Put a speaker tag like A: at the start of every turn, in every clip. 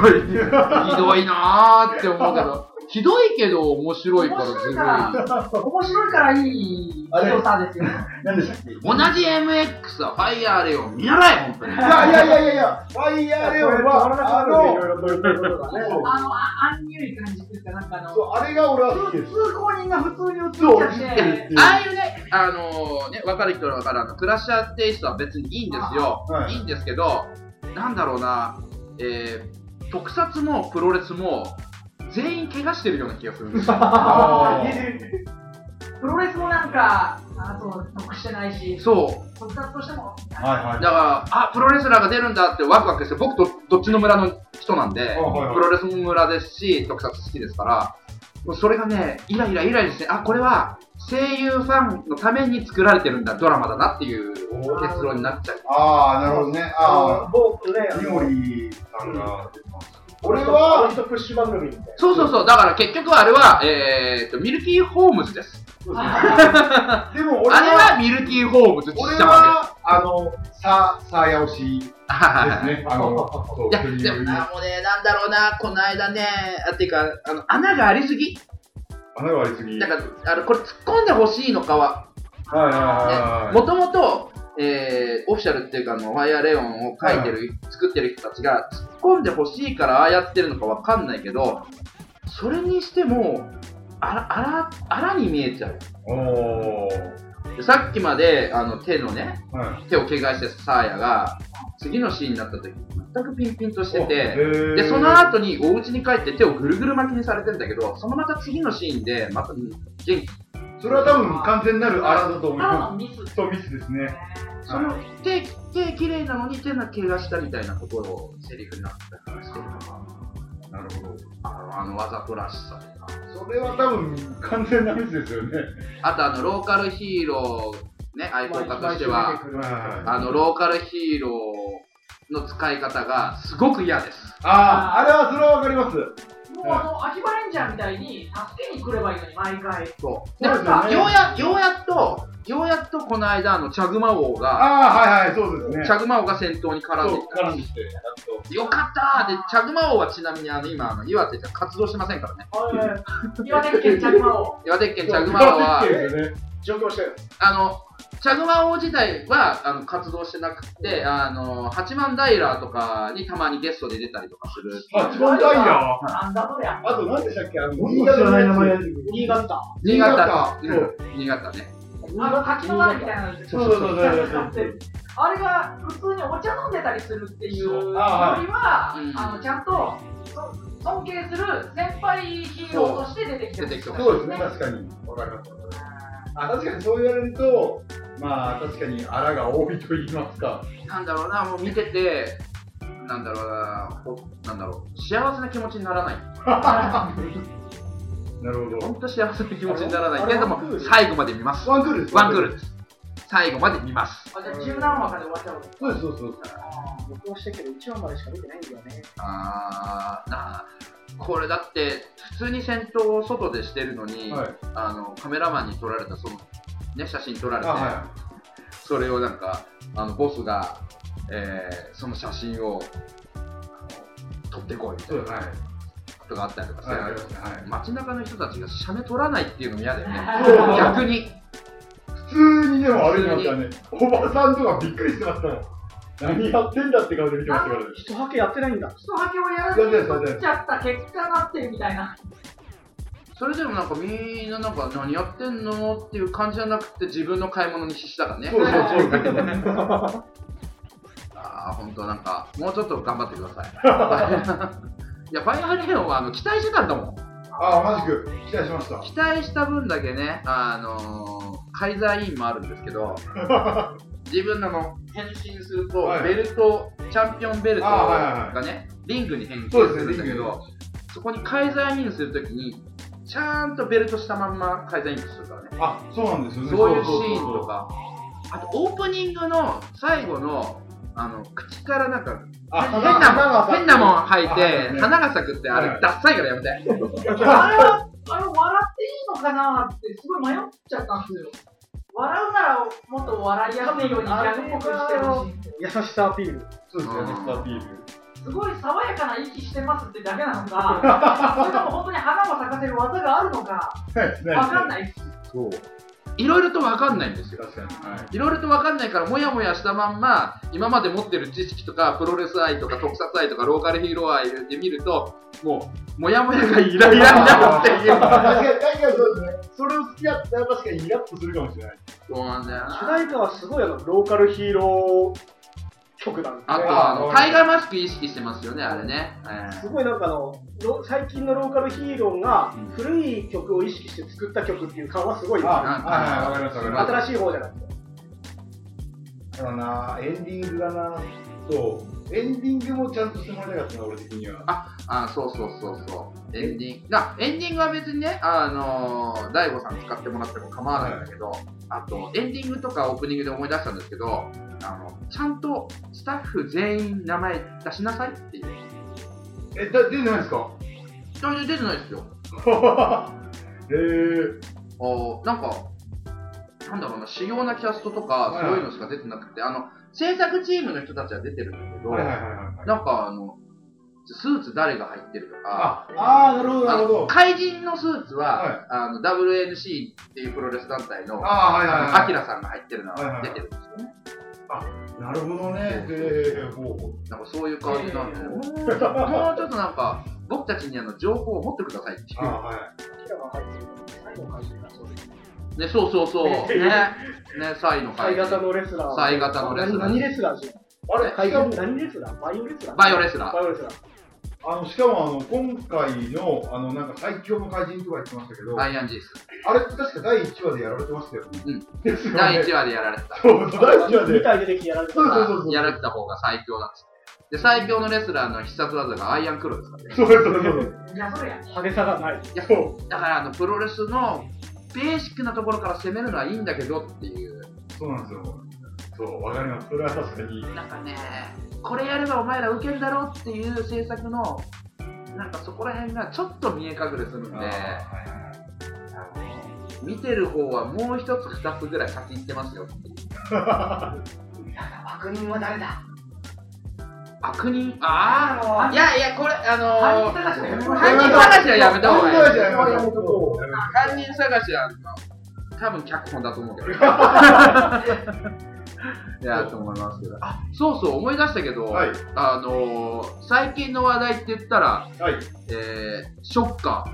A: これ、ひどいなーって思うけど、ひどいけど面白いからずるい。
B: 面白いからいい強さですよ。
C: 何でしたっけい
A: 同じ MX はファイヤーレオン見習え、本当に。
C: やいやいやいやいや、ファイヤーレオンは、あの、
B: あの、あ安入い感じというか、なんかあの、
C: そうあれが俺は好き
B: 通
C: です。
B: 行人が普通に映っちゃっ
C: そう映ってる。
B: て
A: ああいうね、あのね、分かる人は分かる、あのクラッシャーテイストは別にいいんですよ。
C: はい
A: いんですけど、なんだろうな、えー特撮もプロレスも、全員怪我してるような気がするんです よ。
C: あー
B: プロレスもなんか、あと得してないし、
A: そう。
B: 特撮としても、
C: はいは
A: だか
C: い。
A: ら、あ、プロレスラーが出るんだってワクワクして、僕どどっちの村の人なんで、
C: あはいはい
A: プロレスも村ですし、特撮好きですから、もうそれがね、イライライライラして、あ、これは声優ファンのために作られてるんだ、ドラマだなっていう結論になっちゃう。
C: ああ、なるほどね。あ
D: 某ね、あ
C: あ、
D: の
C: イモリさんが。
D: 俺
C: 俺は
D: は、プッシュ番組みたいな。
A: そうそうそう、だから結局あれは、えー、とミルキーホームズです。
C: でも俺
A: あれ
C: は、
A: はミルキーホームズちっち
C: 俺
A: ゃま
C: は、あの、さ、さやおしです
A: で。はいはいはい
C: ね。あの、そう
A: いや、
C: という
A: でもな、もうね、なんだろうな、この間ね、あっていうか、あの穴がありすぎ、
C: 穴がありすぎ。
A: だ
C: はい
A: から、あのこれ、突っ込んでほしいのかは、
C: はいはいは
A: もともと、えーオフィシャルっていうか、あのファイアーレオンを書いてる、作ってる人たちが、突っ込んでほしいから、ああやってるのかわかんないけど、それにしても、あら、あら、あらに見えちゃう。
C: い。おー。
A: でさっきまで、あの、手のね、
C: はい。
A: 手を怪我してたサーヤが次のシーンになった時全くピンピンとしててで
C: で
A: その後にお家に帰って手をぐるぐる巻きにされてんだけどそのまた次のシーンでまた元気
C: それは多分完全なる穴だと思い
B: あ
C: ま
B: のミス。
C: す。そう、ミスですね。
A: その手手綺麗なのに手が怪我したみたいなところをセリフになったからしてるのが
C: なるほど。
A: あのあのわざとらしさとか
C: それは多分完全なミスですよね。
A: あとあのローカルヒーローね愛好家としては
C: あ
A: あのローカルヒーローの使い方がすごく嫌です
C: あー、あれはそれはわかります。
B: もうあの、秋葉レンジャーみたいに、助けに来ればいいのに、毎 回。
A: そう。で
C: そう
A: も
C: です
A: さ
C: よ、ね
A: ようや、ようやっと、ようやっとこの間、あの、チャグマ王が、
C: ああ、はいはい、そうですね。
A: チャグマ王が先頭に絡んでき
C: 絡んできて。
A: た。よかったーで、チャグマ王はちなみに、あの、今、あの岩手で活動してませんからね。
B: 岩手県着魔王。
A: 岩手県チャグマ王は、
D: 上京したよ。
A: あの、チャグマ王自体はあの活動してなくて、あの、八幡平とかにたまにゲストで出たりとかする。
C: あ、一番ダイヤ。
B: なんだそりゃ。
C: あと何でしたっけあの、
D: 新潟の名前やって
B: 新潟。
A: 新潟。
C: 新潟そう
A: うん新潟ね。
B: あの、柿の種みたいなの
C: そうそうそうそうそう
B: あれが普通にお茶飲んでたりするっていうより
C: あ
B: は、
C: ー
A: うん
B: あのちゃんとそ尊敬する先輩ヒーローとして出てきてるんですよ
C: そうですね、確かに。わかります。あ、確かにそう言われると、まあ、確かに荒が多いと言いますか。
A: なんだろうな、もう見てて、なんだろうな、ほなんだろう、幸せな気持ちにならない。
C: なるほど。
A: 本当幸せな気持ちにならない
C: あ
A: け
C: れ
A: れど
C: ワンク
A: も
C: ール
A: 最後まで見ます
C: ワンクールです。
A: ワンクールです最後まで見ます
B: あじゃあ17話まで終わっちゃう
C: そうです、そうですそうです。
D: 録音したけど、1話までしか見てないんだよね。
A: あーなあこれだって普通に戦闘を外でしてるのに、
C: はい。
A: あのカメラマンに撮られたその、ね、写真撮られて、
C: あ、は
A: それをなんかあのボスが、えーその写真をあの撮ってこいみ
C: い。
A: た
C: そ
A: いうな
C: です、はい。
A: ことがあったりとかして、
C: はい、ありますね。はい。
A: 街中の人たちが写メ撮らないっていうのも嫌だよ ね
C: そう
A: 逆に
C: 普通にでもあれなんかね、おばさんとかびっくりしてましたもん。何やってんだって顔で見てましたからね。
D: 人ハケやってないんだ。
B: 人はけをやらずに取っちゃった結果なってみたいな
A: それでもなんかみんななんか何やってんのっていう感じじゃなくて自分の買い物に必死だからね
C: そうそう
A: ああ本当なんかもうちょっと頑張ってください いやファイアーレオンはあの期待してたんだもん
C: ああ、同じく期待しました。
A: 期待した分だけねあのー、カイザー委員もあるんですけ ど自分のあの変身すると、
C: はい
A: ベルトチャンピオンベルト
C: あーはいはい
A: がねリングに変身す
C: そうですね
A: るんだけ
C: リング
A: どそこにカイザー委員するときにちゃんとベルトしたまんまカイザー委員するからね
C: あ、そうなんですよね。
A: そういうシーンとか、あとオープニングの最後のあの口からなんか
C: あ、
A: 変な変なもん吐いて、花が咲くってあ
C: は
A: れ、
C: い
A: ダッサいからやめて。
B: あれはあれ笑っていいのかなってすごい迷っちゃったんですよ笑うならもっと笑いやすいようにギャグっぽくしてほしい
D: 優しさアピール。
C: そうですよ
A: う
C: ね、
A: ん
C: スタービール。
B: すごい爽やかな息してますってだけなのか、 それとも本当に花を咲かせる技があるのか、
C: はい、
B: わかんないです。
A: そう。いろいろとわかんないんですよ。
C: 確かに。はい。
A: いろいろとわかんないから、もやもやしたまんま、今まで持ってる知識とか、プロレス愛とか、特撮愛とか、ローカルヒーロー愛で見ると、もう、もやもやがイライラになるっていう。
C: 確かに、確かにそうですね。それを好きだったら確かにイラッとするかもしれない。
A: そうなんだよ
D: 主
A: な。
D: 題歌はすごいあのローカルヒーロー曲なんですね。
A: あとは、あの、タイガーマスク意識してますよね、あれね。え
D: すごいなんかあのロ最近のローカルヒーローが
A: うん
D: 古い曲を意識して作った曲っていう感はすごいで
C: あ
D: すね
C: はいはいわかりましたわかりました
D: 新しい方じゃなくて
C: だからな、エンディングだな。そう。エンディングもちゃんとしてもらいたかったな、俺的には。
A: あ、そうそうそうそう。エンディング。な、エンディングは別にね、あのー、大悟さん使ってもらっても構わないんだけど、あと、エンディングとかオープニングで思い出したんですけど、あの、ちゃんとスタッフ全員名前出しなさいっていう。
C: え、だ出てないですか
A: 全然出てないですよ。
C: えー、
A: あーなんか、なんだろうな、主要なキャストとか、
C: はい
A: そういうのしか出てなくて、あの、制作チームの人たちは出てるんだけど、
C: はいはいはいはい。
A: なんかあの、スーツ誰が入ってるとか、
C: あ、あー、なるほど、なるほ
A: あの
C: ど。
A: 怪人のスーツは、
C: はい
A: あの、WNC っていうプロレス団体の、
C: あー、はいはいはい。
A: アキラさんが入ってるの
C: はいは
A: はい出てるんですよね。
C: なるほどね。えー、ほうほう。
A: なんかそういう感じなんで、
D: えー
A: もうちょっとなんか、僕たちにあの情報を持ってくださいってい
C: あー、はい。
D: キラが入ってる最後の入ってるそうです
A: う。ね、そうそうそう。ね、ね、サイの会
D: 最型のレスラー
A: サイ型のレスラー
D: 何何レスラーじゃ
C: あれ、
D: ん
C: しかも、
D: 何レスラーバイオレスラー
A: バイオレスラー
D: バイオレスラー
C: あの、しかも、あの、今回の、あの、なんか最強の怪人とか言ってましたけど、
A: アイアンジース。
C: あれって確か第1話でやられてましたよね。
A: うん。
C: ですよね。
A: 第1話でやられてた。
C: そう、第1話
D: 2
C: で。
D: 体出てきてやられて
C: そうそうそうそう。
A: やられてた方が最強なんですで、最強のレスラーの必殺技がアイアンクローですからね。
C: そうそうそう。
B: いや、それや。
D: 派手さがない
C: そう。
A: だからあの、プロレスのベーシックなところから攻めるのはいいんだけどっていう。
C: そうなんですよ。そう、わかります。それは確かに。
A: なんかね、これやればお前らウケるだろっていう制作の、なんかそこら辺がちょっと見え隠れするんで、
C: あーはいはい
A: 見てる方はもう一つ二つぐらい先行ってますよっていう。
B: 悪人は誰だ
A: 悪人、ああ、いやいや、これ、あの
B: 犯人
A: ー、
B: 探しのやめろ
A: 犯人探しはやめた方がいい。
C: 犯人探しはやめた方がいい
A: 犯人探しはあの多分脚本だと思う けどいやと思いますけどあそうそう思い出したけど、
C: はい。
A: あのー最近の話題って言ったら、
C: はい。
A: えーショッカ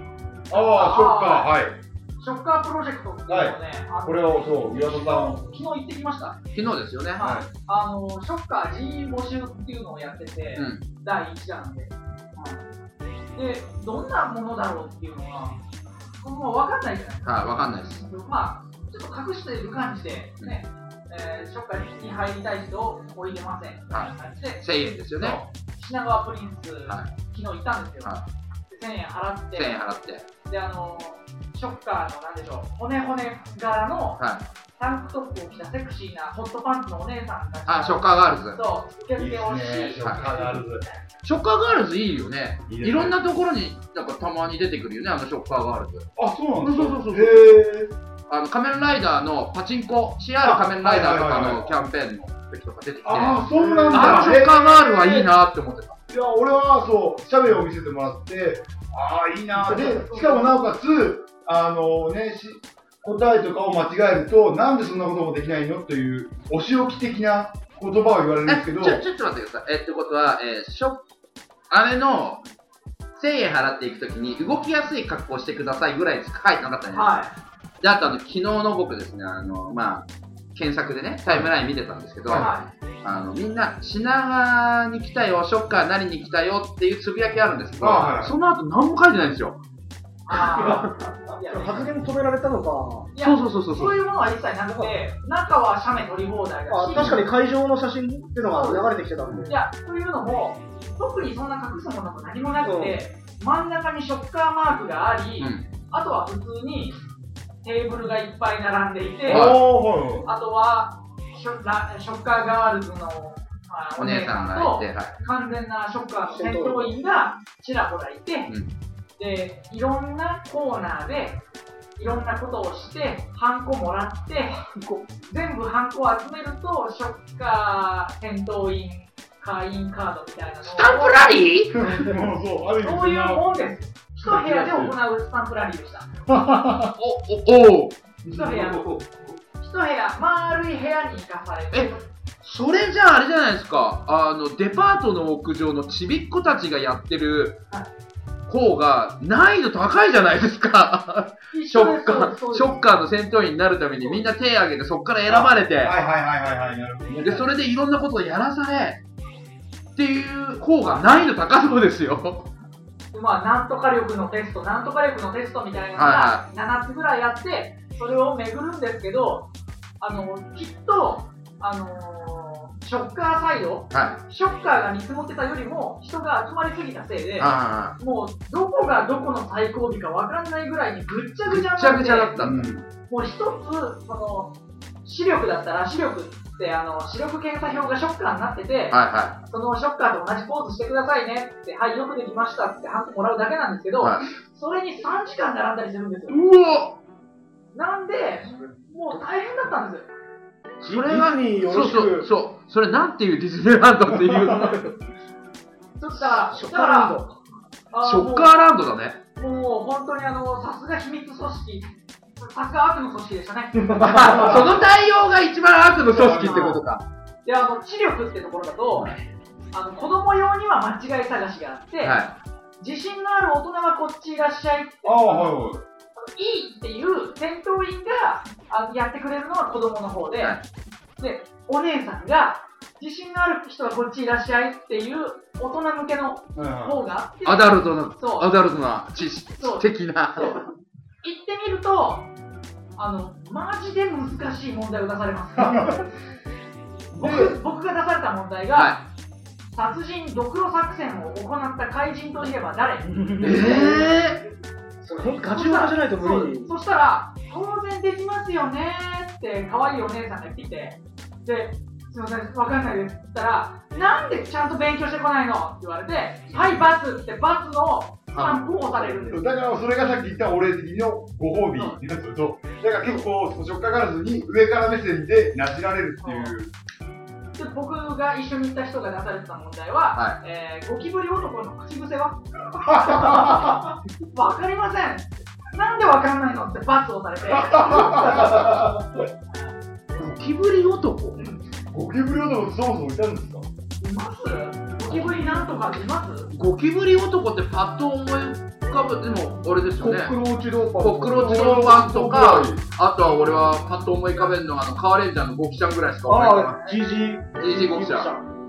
C: ああ、そっか。
B: ショッカープロジェクトっていうのをね、あ
C: はい。
B: の
C: これを、そう、岩戸さん。
B: 昨日昨日行ってきました。
A: ー昨日ですよね、
B: はいあの、ショッカー人員募集っていうのをやってて、
A: うん
B: 第1弾で、で、どんなものだろうっていうのが、もう分かんないじゃない
A: はい、わかんないです
B: まあ、ちょっと隠している感じで、ね、えー、ショッカーに入りたい人をここ入れません、みたいな感じで、
A: 1000円ですよね
B: 品川プリンス、
A: は
B: 昨日行ったんですよ。
A: は
B: で1000円払っ
A: 1000円
B: て、
A: 払って
B: で、あの、ショッカーの、なんでしょう、骨骨柄の
A: はい
B: タンクトップを着たセクシーなホットパンツのお姉さんが、
A: あショッカーガールズ
B: そう、受
C: いいで
B: 付
C: す
B: をし、
C: ね。ショッカーガールズ。
A: ショッカーガールズいいよね
C: い
A: い
C: いですね
A: ろんなところになんかたまに出てくるよねあのショッカーガールズ
C: あ、そうなんですか
A: そうそうそうそう
C: へ
A: あの仮面ライダーのパチンコ CR 仮面ライダーとか
C: はいはいはい
A: の
C: はい
A: キャンペーンの時とか出てきて
C: ーああ、そうなんだ。
A: あのショッカーガールはいい
C: な。
A: なって思ってた。
C: いや、俺は、そう、シャベを見せてもらって、ああ、いいな。で、しかもなおかつ、あのね、し答えとかを間違えると、なんでそんなこともできないのという、お仕置き的な言葉を言われるんです
A: え、
C: け
A: ち
C: ど、
A: ょ、
C: は
A: ち
C: い
A: ょっと待ってください。え、ってことは、えーショッ、あれの、1000円払っていくときに、動きやすい格好してくださいぐらいしか書いてなかったね。
B: はい。
A: で、あとあの、昨日の僕ですね、あの、まあ、検索でね、タイムライン見てたんですけど、
B: は
A: あの、みんな、品川に来たよ、ショッカーなりに来たよっていうつぶやきあるんですけど、
C: あはい
A: その後何も書いてないんですよ。
B: あーいや
D: 発言止められたのか
B: いや
A: そうそうそうそうそ。
B: そうういうものは一切なくて、中は写メ撮り放題だ
D: あ
B: し、
D: 確かに会場の写真っていうのが流れてきてたんで
B: いや、というのも、特にそんな隠すものも何もなくて、真ん中にショッカーマークがあり、
A: うん
B: あとは普通にテーブルがいっぱい並んでいて、
A: はい
C: は
B: あとはショラショッカーガールズの、まあ
A: お姉さんがい
B: と
A: て、はい。
B: 完全なショッカーの戦闘員がちらほらいて、
A: うん
B: でいろんなコーナーでいろんなことをしてハンコもらって全部ハンコを集めるとショッカー戦闘員会員カードみたいなのを
A: スタンプラリー
C: もうそう、ある意味
B: そういうもんです一部屋で行うスタンプラリーでした
A: お、お、お
B: 一部屋の一部屋丸い部屋に行かされて
A: えそれじゃああれじゃないですか。あの、デパートの屋上のちびっ子たちがやってる
B: はい
A: 方が難易度高いじゃないですか。シ
B: 一
A: ョ
B: 緒で
A: ッ
B: す
A: カー、
B: そうです
A: ショッカーの戦闘員になるためにみんな手挙げてそこから選ばれて、
C: はいはいはいはいはい、なるほどね。
A: で、それでいろんなことをやらされ、っていう方が難易度高そうですよ。
B: まあ、なんとか力のテスト、なんとか力のテストみたいなのが7つぐらいあって、それを巡るんですけど、あの、きっと、あのーショッカーサイド、
A: は
B: ショッカーが見積もってたよりも人が集まりすぎたせい
A: い。
B: で、
A: あ
B: もうどこがどこの最後尾かわかんないぐらいにぐっちゃ
A: あ。
B: ぐ
A: ぐ
B: ち
A: ち
B: ゃに
A: ゃ
B: なって
A: ぐちゃだった
C: うん
A: だ。
C: ん
B: もう一つ、その、視力だったら視力ってあの、視力検査表がショッカーになってて、
A: は
B: そのショッカーと同じポーズしてくださいねって、はい、よくできましたって、ハンコもらうだけなんですけ
A: い
B: ど、
A: はい。はい、
B: それに3時間並んだりするんですよ。
A: うお
B: なんで、もう大変だったんですよ。
A: それは
D: ディズニーよ
A: そ
D: ろ
A: う
D: し
A: そう、
D: く。
A: そう。それなんていうディズニーランドっていう の。
B: ちょっとだから、
D: ショッ
B: だか
D: カーラン
B: ら
D: ド。
B: あ
A: ショッカー
B: も
A: ランドだね。
B: うもう本当にあの、さすが秘密組織、さすが悪の組織でしたね。
A: あ その対応が一番悪の組織ってことか。
B: で、あの、知力ってところだと、あの子供用には間違い探しがあって、
A: は
B: 自信のある大人はこっちいらっしゃいって、
C: ああ、はいはい。
B: いいっていう戦闘員があのやってくれるのは子供の方で、
A: は
B: で、お姉さんが、自信のある人はこっちいらっしゃいっていう大人向けの
C: はいは
B: 方があって、
A: い。アダルトな、
B: そう
A: アダルトな知識
B: そう
A: 的な。
B: 行ってみると、あの、マジで難しい問題を出され ます。僕僕が出された問題が、
A: は
B: 殺人ドクロ作戦を行った怪人といえば誰
A: い。え
D: それガチガチじゃないと無理
B: そう。そしたら、当然できますよねーって可愛いお姉さんが言ってきて、で、すいません、わかんないですって言ったら、なんでちゃんと勉強してこないのって言われて、はい、バツってバツのパンプを押されるんです
C: い。
B: よ。
C: だから、それがさっき言ったお礼的のご褒美ってやつと、だから結構、図書かからずに上から目線でなじられるっていう。
B: で、僕が一緒に行った人が出されてた問題は、
A: は
B: えーゴキブリ男の口癖はわかりませんなんでわかんないのってバツをされて、
A: ー、ゴキブリ男
C: ゴキブリ男ってそもそもいたんですか
B: いますゴキブリなんとかっています
A: ゴキブリ男ってパッと思い浮かぶ、でも、あれですよ
C: コ
A: ね
C: ッ。クローチローパン。
A: コックローチローパンとか、あとは俺はパッと思い浮かべるのが、あの、カーレンジャーのゴキちゃんぐらいしか思い浮か
D: ああ、ジージー。
A: ばない。ジージーゴキちゃん。
D: ん。